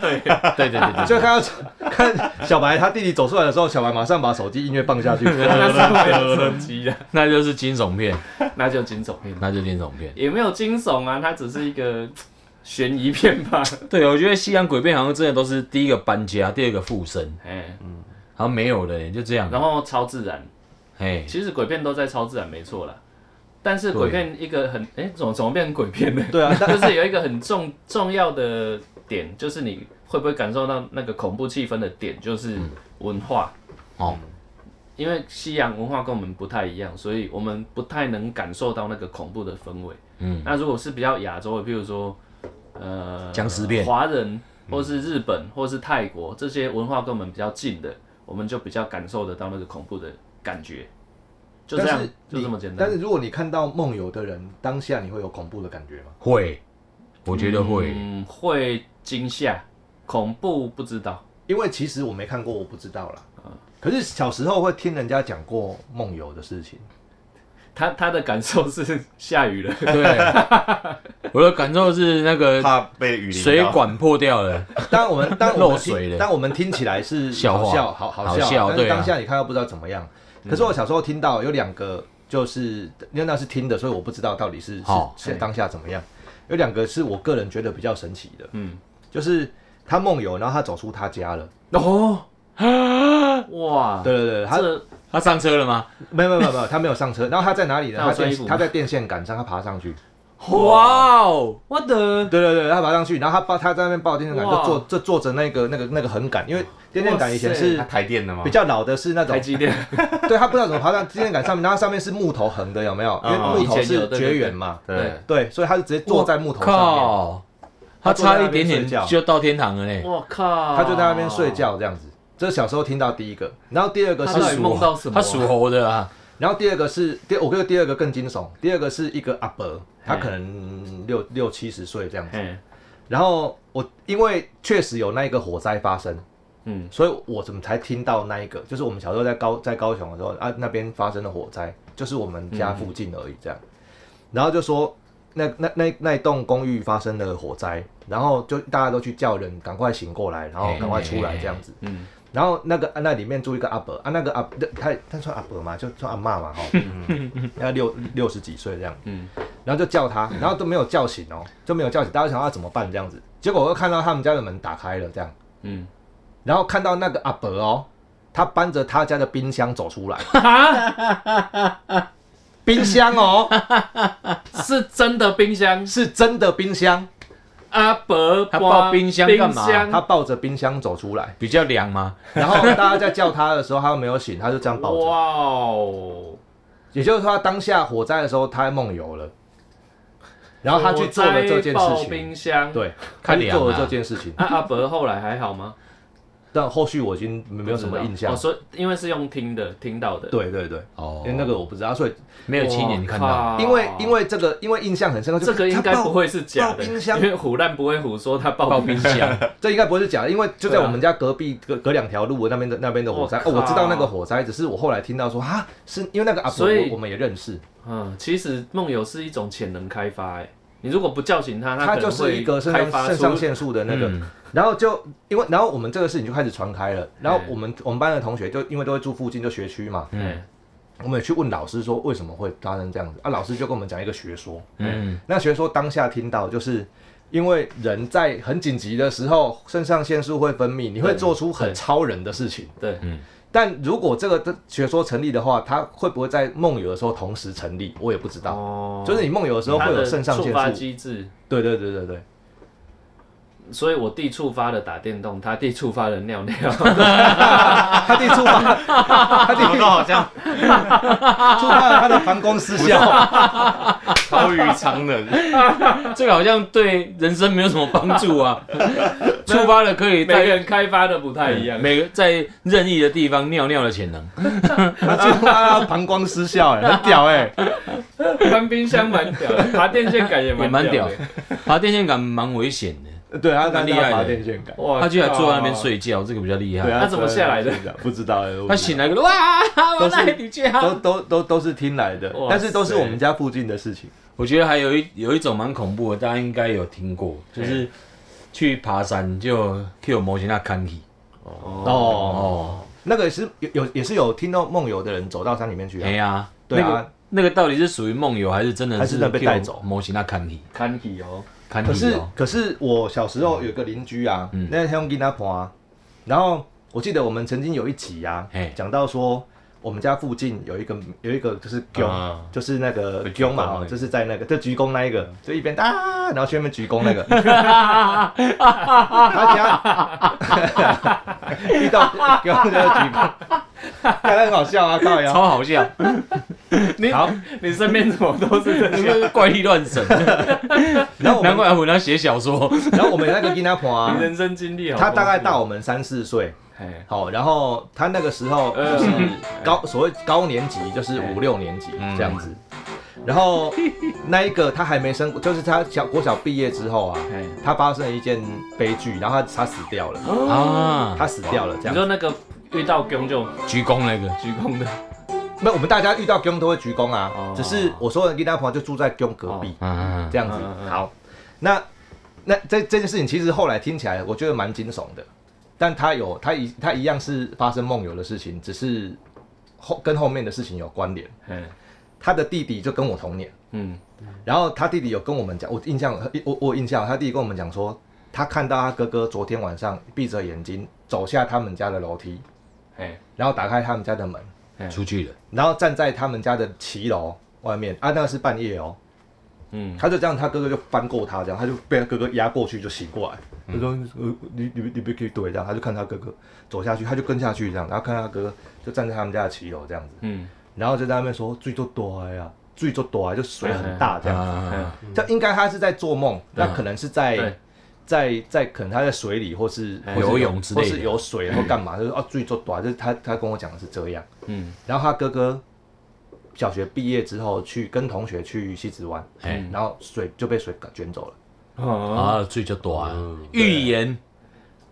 Speaker 1: 对对对对，
Speaker 3: 就看到看小白他弟弟走出来的时候，小白马上把手机音乐放下去。
Speaker 2: 那是没有手机啊，
Speaker 1: 那就是惊悚片，
Speaker 2: 那就惊悚 片，
Speaker 1: 那就惊悚片。
Speaker 2: 也没有惊悚啊，它只是一个悬疑片吧。
Speaker 1: 对，我觉得西洋鬼片好像真的都是第一个搬家，第二个附身，
Speaker 2: 哎，
Speaker 1: 好像没有了耶，就这样。
Speaker 2: 然后超自然，
Speaker 1: 哎，
Speaker 2: 其实鬼片都在超自然，没错啦。但是鬼片一个很哎，怎么怎么变成鬼片呢？
Speaker 3: 对啊，但
Speaker 2: 就是有一个很重重要的点，就是你会不会感受到那个恐怖气氛的点，就是文化。
Speaker 1: 嗯哦，
Speaker 2: 因为西洋文化跟我们不太一样，所以我们不太能感受到那个恐怖的氛围。
Speaker 1: 嗯，
Speaker 2: 那如果是比较亚洲的，譬如说，呃，
Speaker 1: 僵尸片嗯
Speaker 2: 华人或是日本或是泰国这些文化跟我们比较近的，我们就比较感受得到那个恐怖的感觉。就这样
Speaker 3: 但是，
Speaker 2: 就
Speaker 3: 你
Speaker 2: 这么简单
Speaker 3: 但是。如果你看到梦游的人，当下你会有恐怖的感觉吗？
Speaker 1: 会，我觉得会。
Speaker 2: 嗯，会惊吓，恐怖不知道。
Speaker 3: 因为其实我没看过，我不知道啦。可是小时候会听人家讲过梦游的事情，
Speaker 2: 他他的感受是下雨了，
Speaker 1: 对， 我的感受是那个
Speaker 4: 怕被雨淋到
Speaker 1: 水管破掉了，
Speaker 3: 当然我们当然我们
Speaker 1: 漏水了
Speaker 3: 听当然我们听起来是
Speaker 1: 笑话
Speaker 3: 好笑好好
Speaker 1: 好
Speaker 3: 笑，
Speaker 1: 笑
Speaker 3: 但
Speaker 1: 对
Speaker 3: 是
Speaker 1: 啊
Speaker 3: 当下你看到不知道怎么样。可是我小时候听到有两个，就是因为那是听的，所以我不知道到底是是
Speaker 1: 好
Speaker 3: 是当下怎么样。有两个是我个人觉得比较神奇的，
Speaker 2: 嗯，
Speaker 3: 就是他梦游，然后他走出他家了，
Speaker 2: 哦，哇，
Speaker 3: 对对对，他
Speaker 2: 这
Speaker 1: 他上车了吗？
Speaker 3: 没有没有没有没有，他没有上 车。然后他在哪里呢？
Speaker 2: 他有
Speaker 3: 他
Speaker 2: 穿衣
Speaker 3: 电
Speaker 2: 服
Speaker 3: 他在电线杆上，他爬上去。
Speaker 1: 哇哦，
Speaker 2: 我的
Speaker 3: 对对对，他爬上去，然后他抱他在那边抱电线杆，
Speaker 2: 哇
Speaker 3: 就坐就坐着那个那个那个横杆，因为电线杆以前
Speaker 4: 他
Speaker 3: 是
Speaker 4: 台电的吗
Speaker 3: 比？较老的，是那种
Speaker 2: 台积电，
Speaker 3: 对他不知道怎么爬上电线杆上面，然后上面是木头横的，有没有？因为
Speaker 4: 哦
Speaker 3: 木头
Speaker 2: 以前有
Speaker 3: 是
Speaker 2: 对对
Speaker 3: 绝
Speaker 2: 对
Speaker 3: 缘嘛，
Speaker 4: 对，
Speaker 3: 对，所以他就直接坐在木头上面，
Speaker 1: 靠，他差一点点就到天堂了呢。
Speaker 2: 我靠，
Speaker 3: 他就在那边睡，觉这样子。这是小时候听到第一个，然后第二个
Speaker 2: 他到
Speaker 3: 是
Speaker 2: 底梦到什么啊
Speaker 1: 他属猴的啊，
Speaker 3: 然后第二个是第，我觉得第二个更惊悚。第二个是一个阿伯，他可能六六七十岁这样子。
Speaker 2: 嘿，
Speaker 3: 然后我因为确实有那一个火灾发生，
Speaker 2: 嗯，
Speaker 3: 所以我怎么才听到那一个？就是我们小时候在高在高雄的时候啊，那边发生的火灾，就是我们家附近而已这样。然后就说那那那那一栋公寓发生了火灾，然后就大家都去叫人赶快醒过来，然后赶快出来这样子。
Speaker 2: 嗯，
Speaker 3: 然后那个啊那里面住一个阿伯啊，那个阿伯他他算阿伯嘛，就算阿嬷嘛哈，要六六十几岁这样，
Speaker 2: 嗯
Speaker 3: 然后就叫他，然后都没有叫醒哦，就没有叫醒，大家想要怎么办这样子，结果我又看到他们家的门打开了这样，
Speaker 2: 嗯，
Speaker 3: 然后看到那个阿伯哦，他搬着他家的冰箱走出来，
Speaker 2: 啊，
Speaker 3: 冰箱哦
Speaker 2: 是真的冰箱，啊
Speaker 3: 是真的冰箱，
Speaker 2: 阿伯
Speaker 1: 他抱冰箱干嘛
Speaker 2: 冰箱
Speaker 3: 他抱着冰箱走出来，
Speaker 1: 比较凉吗？
Speaker 3: 然后大家在叫他的时候，他又没有醒，他就这样抱着，
Speaker 2: 哇哦，
Speaker 3: 也就是说他当下火灾的时候他梦游了，然后他去做了这件
Speaker 2: 火灾爆
Speaker 3: 事情。
Speaker 2: 冰箱，
Speaker 3: 对，
Speaker 1: 看
Speaker 3: 他
Speaker 1: 脸
Speaker 3: 去
Speaker 1: 啊
Speaker 3: 做了这件事情，
Speaker 2: 啊，阿伯后来还好吗？
Speaker 3: 但后续我已经没有什么印象
Speaker 2: 哦，。所以因为是啊用听的，听到的，
Speaker 3: 对对对，
Speaker 1: 哦
Speaker 3: 因为那个我不知道，所以
Speaker 1: 没有亲眼看到，
Speaker 2: 哇靠
Speaker 3: 因为因为这个因为印象很深刻，就
Speaker 2: 哦这个应该不，会是假
Speaker 3: 爆
Speaker 2: 的，
Speaker 3: 冰箱
Speaker 2: 因为虎烂不会虎说他爆
Speaker 1: 爆
Speaker 2: 冰
Speaker 1: 冰
Speaker 2: 箱，
Speaker 1: 箱，
Speaker 3: 他这应该不会是假的，因为就在
Speaker 2: 对啊
Speaker 3: 我们家隔壁隔隔两条路那边的那边的火灾，
Speaker 2: 我
Speaker 3: 哦，
Speaker 2: 靠
Speaker 3: 我知道那个火灾，只是我后来听到说啊，是因为那个阿伯
Speaker 2: 所以
Speaker 3: 我我们也认识，
Speaker 2: 嗯，其实梦游是一种潜能开发，哎，你如果不叫醒他，
Speaker 3: 他
Speaker 2: 可
Speaker 3: 就
Speaker 2: 能
Speaker 3: 是
Speaker 2: 会
Speaker 3: 一个肾
Speaker 2: 开
Speaker 3: 上
Speaker 2: 发
Speaker 3: 肾上
Speaker 2: 出
Speaker 3: 腺素的那个，
Speaker 1: 嗯
Speaker 3: 然后就因为然后我们这个事情就开始传开了，然后
Speaker 2: 嗯
Speaker 3: 我们我们班的同学就因为都会住附近就学区嘛，
Speaker 2: 嗯
Speaker 3: 我们也去问老师说为什么会发生这样子啊，老师就跟我们讲一个学说，
Speaker 1: 嗯，
Speaker 3: 那学说当下听到，就是因为人在很紧急的时候，肾上腺素会分泌，你会做出很超人的事情。
Speaker 2: 对，
Speaker 3: 但如果这个学说成立的话，它会不会在梦游的时候同时成立？我也不知道。
Speaker 2: 哦
Speaker 3: 就是你梦游的时候会
Speaker 2: 它
Speaker 3: 有
Speaker 2: 的
Speaker 3: 肾上
Speaker 2: 触
Speaker 3: 腺
Speaker 2: 发
Speaker 3: 素。
Speaker 2: 机制，
Speaker 3: 对对对对对，
Speaker 2: 所以我弟触发了打电动，他弟触发了尿 尿，
Speaker 3: 他弟触发，他弟
Speaker 4: 搞哦得好 像
Speaker 3: 触发了他的膀胱失效。
Speaker 4: 超于常 人，
Speaker 1: 这个好像对人生没有什么帮助 啊，触发了可以
Speaker 2: 每个
Speaker 1: 在嗯
Speaker 2: 人开发的不太一样。
Speaker 1: 每个在任意的地方尿尿的潜能，
Speaker 3: 他触发了膀胱失效，哎，很屌哎、
Speaker 2: 搬冰箱蛮屌 的，爬电线杆也
Speaker 1: 也蛮屌
Speaker 2: 屌
Speaker 1: 的
Speaker 2: 的。
Speaker 1: 爬电线杆蛮危险的，
Speaker 3: 对，他他
Speaker 1: 蛮厉害的
Speaker 3: 他发电线杆。
Speaker 2: 哇
Speaker 1: 他居然坐在那边
Speaker 2: 靠
Speaker 1: 睡觉，这个比较厉
Speaker 3: 对
Speaker 1: 害。
Speaker 3: 啊，
Speaker 2: 他怎么下来的？
Speaker 3: 不知道哎、我不知道
Speaker 1: 他醒来个哇，我
Speaker 3: 都是
Speaker 1: 在你家。
Speaker 3: 都都都都是听来的
Speaker 2: 哇，
Speaker 3: 但是都是
Speaker 2: 塞
Speaker 3: 我们家附近的事情。
Speaker 1: 我觉得还有一有一种蛮恐怖的，大家应该有听过，就是去爬山就 Q 模型那看起
Speaker 2: 哦，
Speaker 3: 哦，
Speaker 1: 哦，
Speaker 3: 那个也是有有也是有听到梦游的人走到山里面去
Speaker 1: 哎
Speaker 3: 啊，
Speaker 1: 呀，
Speaker 3: 对啊
Speaker 1: 那个那个到底是属于梦游还是真的
Speaker 3: 还是真的被带走
Speaker 1: 模型那看起
Speaker 2: 看体哦，
Speaker 1: 看
Speaker 3: 可
Speaker 1: 起
Speaker 3: 是
Speaker 1: 哦，
Speaker 3: 可是我小时候有一个邻居啊，
Speaker 1: 嗯
Speaker 3: 那天跟他婆啊，然后我记得我们曾经有一集啊
Speaker 1: 嘿，
Speaker 3: 讲到说我们家附近有一个有一个就是囧
Speaker 4: 啊，
Speaker 3: 就是那个
Speaker 4: 会鞠
Speaker 3: 囧嘛
Speaker 4: 躬那
Speaker 3: 哦，
Speaker 4: 个
Speaker 3: 就是在那个就鞠躬那一个，就一边啊，然后去那边鞠躬那个，他家 遇到囧就鞠躬，看得很好笑啊，靠呀。
Speaker 1: 超好 笑，
Speaker 2: 你
Speaker 3: 好，
Speaker 2: 你身边怎么都是这 些？
Speaker 1: 怪力乱神，
Speaker 3: 然后 我
Speaker 1: 难
Speaker 3: 们
Speaker 1: 怪阿虎要写小说。
Speaker 3: 然后我们那个金阿婆啊
Speaker 2: 你，人生经历好丰
Speaker 3: 他
Speaker 2: 富，
Speaker 3: 大概大我们三四岁，
Speaker 2: 嘿，
Speaker 3: 好，然后他那个时候
Speaker 2: 呃
Speaker 3: 就是 高所谓高年级，就是五六年级
Speaker 4: 嗯
Speaker 3: 这样子。然后那一个他还没生，就是他小国小毕业之后啊
Speaker 2: 嘿，
Speaker 3: 他发生了一件悲剧，然后他他死掉了，
Speaker 1: 啊，
Speaker 3: 他死掉了这
Speaker 2: 哦你
Speaker 3: 样。
Speaker 2: 说那个遇到公就
Speaker 1: 鞠躬那个，
Speaker 2: 鞠躬 的，
Speaker 3: 没有，我们大家遇到公都会鞠躬啊
Speaker 2: 哦，
Speaker 3: 只是我说的金阿婆就住在公隔壁
Speaker 1: 嗯，
Speaker 3: 这样子
Speaker 2: 嗯嗯。嗯
Speaker 3: 好，那那这这件事情其实后来听起来我觉得蛮惊悚的，但他有他一他一样是发生梦游的事情，只是后跟后面的事情有关联。
Speaker 2: 嘿，
Speaker 3: 他的弟弟就跟我同年，
Speaker 2: 嗯，
Speaker 3: 然后他弟弟有跟我们讲，我印象我我有印象，他弟弟跟我们讲说，他看到他哥哥昨天晚上闭着眼睛走下他们家的楼梯，
Speaker 2: 哎，
Speaker 3: 然后打开他们家的门，
Speaker 1: 出去了，
Speaker 3: 然后站在他们家的骑楼外面啊，那是半夜哦。
Speaker 2: 嗯，
Speaker 3: 他就这样，他哥哥就翻过他，这样他就被他哥哥压过去，就醒过来。他说：“呃，你你你别给怼这样。”他就看他哥哥走下去，他就跟下去这样，然后看他哥哥就站在他们家的骑楼这样子，
Speaker 2: 嗯，
Speaker 3: 然后就在那边说：“最多多呀，最多多呀，就水很大这样。”哎
Speaker 1: 啊，
Speaker 3: 这应该他是在做
Speaker 1: 嗯
Speaker 3: 梦，那可能是在
Speaker 2: 对
Speaker 3: 在在可能他在水里，或是
Speaker 2: 哎
Speaker 3: 或是
Speaker 1: 游泳之类的嗯
Speaker 3: 或是有水或干嘛，就是哦最做短，就是他他跟我讲的是这样。
Speaker 2: 嗯，
Speaker 3: 然后他哥哥小学毕业之后去跟同学去西子湾，
Speaker 1: 哎，
Speaker 3: 然后水就被水卷走了，
Speaker 2: 嗯哦，
Speaker 1: 啊，最就多啊，
Speaker 4: 嗯
Speaker 1: 预言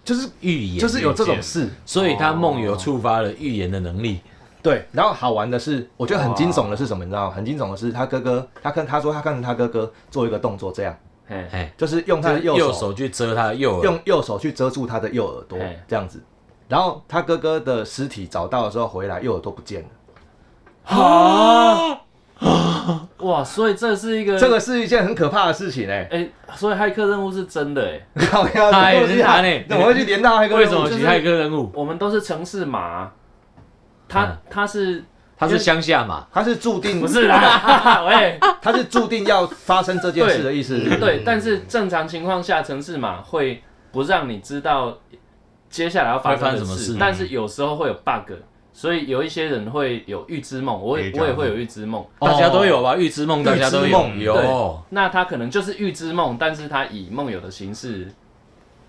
Speaker 1: 就是预言，
Speaker 3: 就是有这种事。
Speaker 1: 所以他梦游触发了预言的能力，
Speaker 3: 哦对，然后好玩的是，我觉得很
Speaker 2: 哇
Speaker 3: 惊悚的是什么？你知道吗？很惊悚的是，他哥哥，他看他说他看着他哥哥做一个动作，这样
Speaker 2: 哎，
Speaker 1: 哎，
Speaker 3: 就是用他
Speaker 1: 就
Speaker 3: 的
Speaker 1: 是
Speaker 3: 右
Speaker 1: 右
Speaker 3: 手
Speaker 1: 手去遮他的右耳，
Speaker 3: 用右手去遮住他的右耳朵
Speaker 2: 嘿，
Speaker 3: 这样子。然后他哥哥的尸体找到的时候回来，右耳朵不见了。
Speaker 2: 啊 哇，所以这是一个
Speaker 3: 这个是一件很可怕的事情 哎、
Speaker 2: 哎，所以骇客任务是真的哎，
Speaker 3: 欸。靠呀，
Speaker 1: 哎
Speaker 3: 这个东西
Speaker 1: 人家
Speaker 3: 啊
Speaker 1: 呢
Speaker 3: 怎么会去连到那个？
Speaker 1: 为什么
Speaker 2: 就是
Speaker 1: 其他一个人物
Speaker 2: 我们都是城市马，他
Speaker 1: 嗯
Speaker 2: 他是
Speaker 1: 他是乡下嘛？
Speaker 3: 他是注定
Speaker 2: 不，是 啦？喂，
Speaker 3: 他是注定要发生这件事的意思。
Speaker 2: 对，但是正常情况下，城市码会不让你知道接下来要发
Speaker 1: 会发
Speaker 2: 生
Speaker 1: 生
Speaker 2: 的
Speaker 1: 什么
Speaker 2: 事
Speaker 1: 事，
Speaker 2: 但是有时候会有 bug，所以有一些人会有预知梦，我也
Speaker 4: 可以这
Speaker 2: 我
Speaker 4: 样
Speaker 2: 也会有预知梦。
Speaker 3: 哦
Speaker 1: 大家都有吧？预知梦大家都
Speaker 3: 预知
Speaker 1: 有，
Speaker 3: 梦
Speaker 1: 有
Speaker 2: 那他可能就是预知梦，但是他以梦游的形式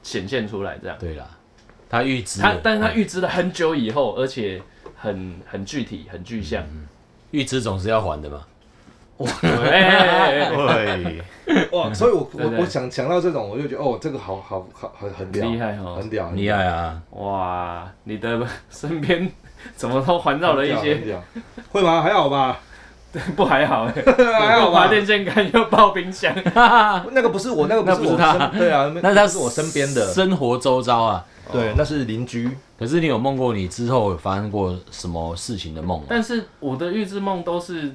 Speaker 2: 显现出来，这样。
Speaker 1: 对嗯啦，他预知了，哎
Speaker 2: 他，但是他预知了很久以后，而且很很具体、很具象。
Speaker 1: 预知总是要还的嘛。
Speaker 2: 哎哎哎哎
Speaker 4: 对，
Speaker 3: 哇，所以我
Speaker 2: 对
Speaker 3: 我
Speaker 2: 对
Speaker 3: 我想想到这种，我就觉得哦，这个好好好很很屌，
Speaker 2: 厉害哦
Speaker 3: 很屌，
Speaker 1: 很厉害啊！
Speaker 2: 哇，你的身边 怎么都环绕
Speaker 3: 很屌，
Speaker 2: 了一
Speaker 3: 很
Speaker 2: 些
Speaker 3: 屌，会吗？还好吧，啊
Speaker 2: 不还好哎、
Speaker 3: 还 好
Speaker 2: 又拔
Speaker 3: 吧。
Speaker 2: 电线杆又爆冰箱，
Speaker 3: 那个不是我，那个不
Speaker 1: 那不
Speaker 3: 我
Speaker 1: 是他
Speaker 3: 身，对啊，
Speaker 1: 那他
Speaker 3: 是我身边的，
Speaker 1: 生活周遭啊。
Speaker 3: 对，那是邻居。
Speaker 1: 可是你有梦过你之后有发生过什么事情的梦吗？
Speaker 2: 但是我的预知梦都是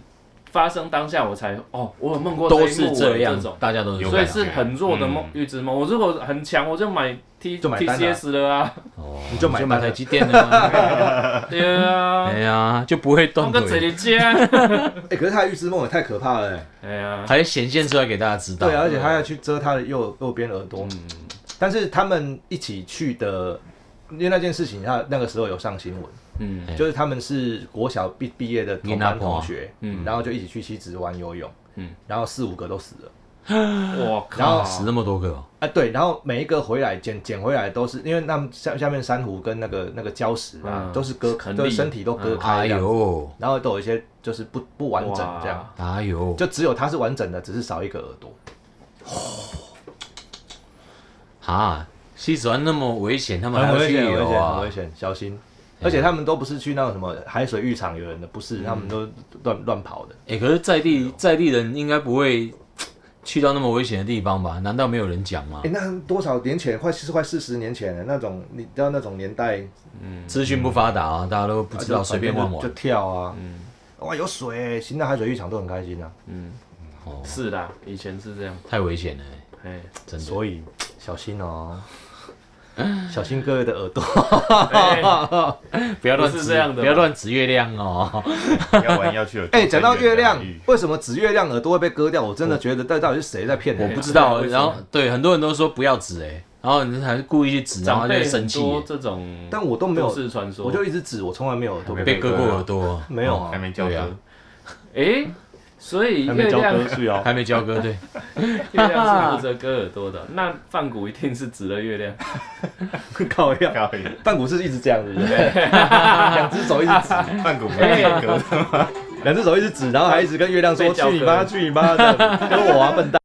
Speaker 2: 发生当下我才哦，我有梦过
Speaker 1: 都
Speaker 2: 一幕
Speaker 1: 是这
Speaker 2: 我有
Speaker 1: 样
Speaker 2: 种，，
Speaker 1: 大家都是这
Speaker 4: 有
Speaker 2: 所以
Speaker 1: 样
Speaker 2: 是很弱的梦
Speaker 4: 嗯
Speaker 2: 预知梦。我如果很强，我就买 T
Speaker 3: 就买单啊
Speaker 2: TCS 了啊，
Speaker 1: 哦，
Speaker 3: 你
Speaker 1: 你就
Speaker 3: 就买
Speaker 1: 买
Speaker 3: 单了
Speaker 1: 台积电了 吗？
Speaker 2: 对啊
Speaker 1: 哎，呀，就不会断
Speaker 2: 弄个嘴
Speaker 1: 腿，
Speaker 2: 里接啊，
Speaker 3: 哎，可是他的预知梦也太可怕了欸。
Speaker 2: 哎呀，
Speaker 1: 还显现出来给大家知道。
Speaker 3: 对，
Speaker 2: 啊
Speaker 3: 啊而且他要去遮他的右右边耳朵。
Speaker 2: 嗯
Speaker 3: 但是他们一起去的，因为那件事情，他那个时候有上新闻，
Speaker 2: 嗯
Speaker 1: 哎
Speaker 3: 就是他们是国小毕毕业的
Speaker 1: 囡
Speaker 3: 同
Speaker 1: 仔伴
Speaker 3: 班同学，
Speaker 2: 嗯
Speaker 3: 然后就一起去西子湾游泳，
Speaker 2: 嗯
Speaker 3: 然后四五个都死了，
Speaker 2: 我
Speaker 3: 然后
Speaker 2: 靠，
Speaker 1: 死那么多个哦，
Speaker 3: 啊，对，然后每一个回来捡捡回来都是，因为他们下下面珊瑚跟那个那个礁石啊，
Speaker 2: 嗯
Speaker 3: 都是割，
Speaker 2: 很嗯
Speaker 3: 都是
Speaker 2: 厉
Speaker 3: 身体都
Speaker 1: 哎
Speaker 3: 割开的，
Speaker 1: 呦，
Speaker 3: 然后都有一些就是不不完整这样，
Speaker 2: 哇，
Speaker 1: 哎呦，
Speaker 3: 就只有他是完整的，只是少一个耳朵。
Speaker 1: 啊，西子湾那么危险，他们还
Speaker 3: 很
Speaker 1: 要
Speaker 3: 危
Speaker 1: 去
Speaker 3: 险，很危
Speaker 1: 游
Speaker 3: 险，很
Speaker 1: 啊哎
Speaker 3: 危？险，小心！而且他们都不是去那种什么海水浴场游泳的，不
Speaker 1: 嗯
Speaker 3: 是，他们都乱乱跑的。
Speaker 1: 哎，可是在地在地人应该不会去到那么危险的地方吧？难道没有人讲吗
Speaker 3: 哎，？那多少年前，快是快四十年前了，那种你知道那种年代，
Speaker 1: 资讯不发达啊，大家都不知道，随便乱
Speaker 3: 嗯就就
Speaker 1: 玩。
Speaker 3: 跳啊，哇，有水，新的海水浴场都很开心啊。
Speaker 1: 哦，
Speaker 2: 是啦，以前是这样，
Speaker 1: 太危险了，
Speaker 2: 哎，
Speaker 1: 真的。
Speaker 3: 所以嗯小 心哦，小心各位的耳朵。
Speaker 2: 哎
Speaker 1: 不要乱
Speaker 2: 不是
Speaker 1: 指
Speaker 2: 这样的吧
Speaker 1: 不要乱指月亮哦。
Speaker 4: 要玩要去有。
Speaker 3: 哎，讲到月亮哦
Speaker 4: 真源的，
Speaker 3: 为什么指月亮耳朵会被割掉？我真的觉得这到底是谁在骗
Speaker 1: 我
Speaker 3: 人
Speaker 1: 不
Speaker 3: 啊？
Speaker 1: 知道，
Speaker 2: 对
Speaker 1: 然后对很多人都说不要指哎、然后你还是故意去指，然
Speaker 2: 长
Speaker 1: 后他就
Speaker 2: 辈
Speaker 1: 生
Speaker 2: 很
Speaker 1: 气、
Speaker 2: 多
Speaker 1: 欸，
Speaker 2: 这种，
Speaker 3: 但我都没有
Speaker 2: 都市传说，
Speaker 3: 我就一直指，我从来没有耳朵
Speaker 4: 还没
Speaker 1: 被割过耳朵，
Speaker 3: 没有啊
Speaker 4: 还。没教
Speaker 1: 对
Speaker 4: 歌
Speaker 1: 啊，
Speaker 2: 哎，所以月亮
Speaker 3: 是哦
Speaker 1: 还没交割对，
Speaker 2: 月亮是负责割耳朵的，那范谷一定是指了月亮。
Speaker 3: 靠呀！
Speaker 1: 啊
Speaker 4: 可以。
Speaker 3: 半股是一直这样子，对不对两只手一直指，
Speaker 4: 曼谷不
Speaker 1: 哎
Speaker 4: 是歌。
Speaker 3: 两只手一直指，然后还一直跟月亮说：“
Speaker 2: 被教
Speaker 3: 去
Speaker 2: 科
Speaker 3: 你妈，去你妈！”这样子，跟我啊，笨蛋。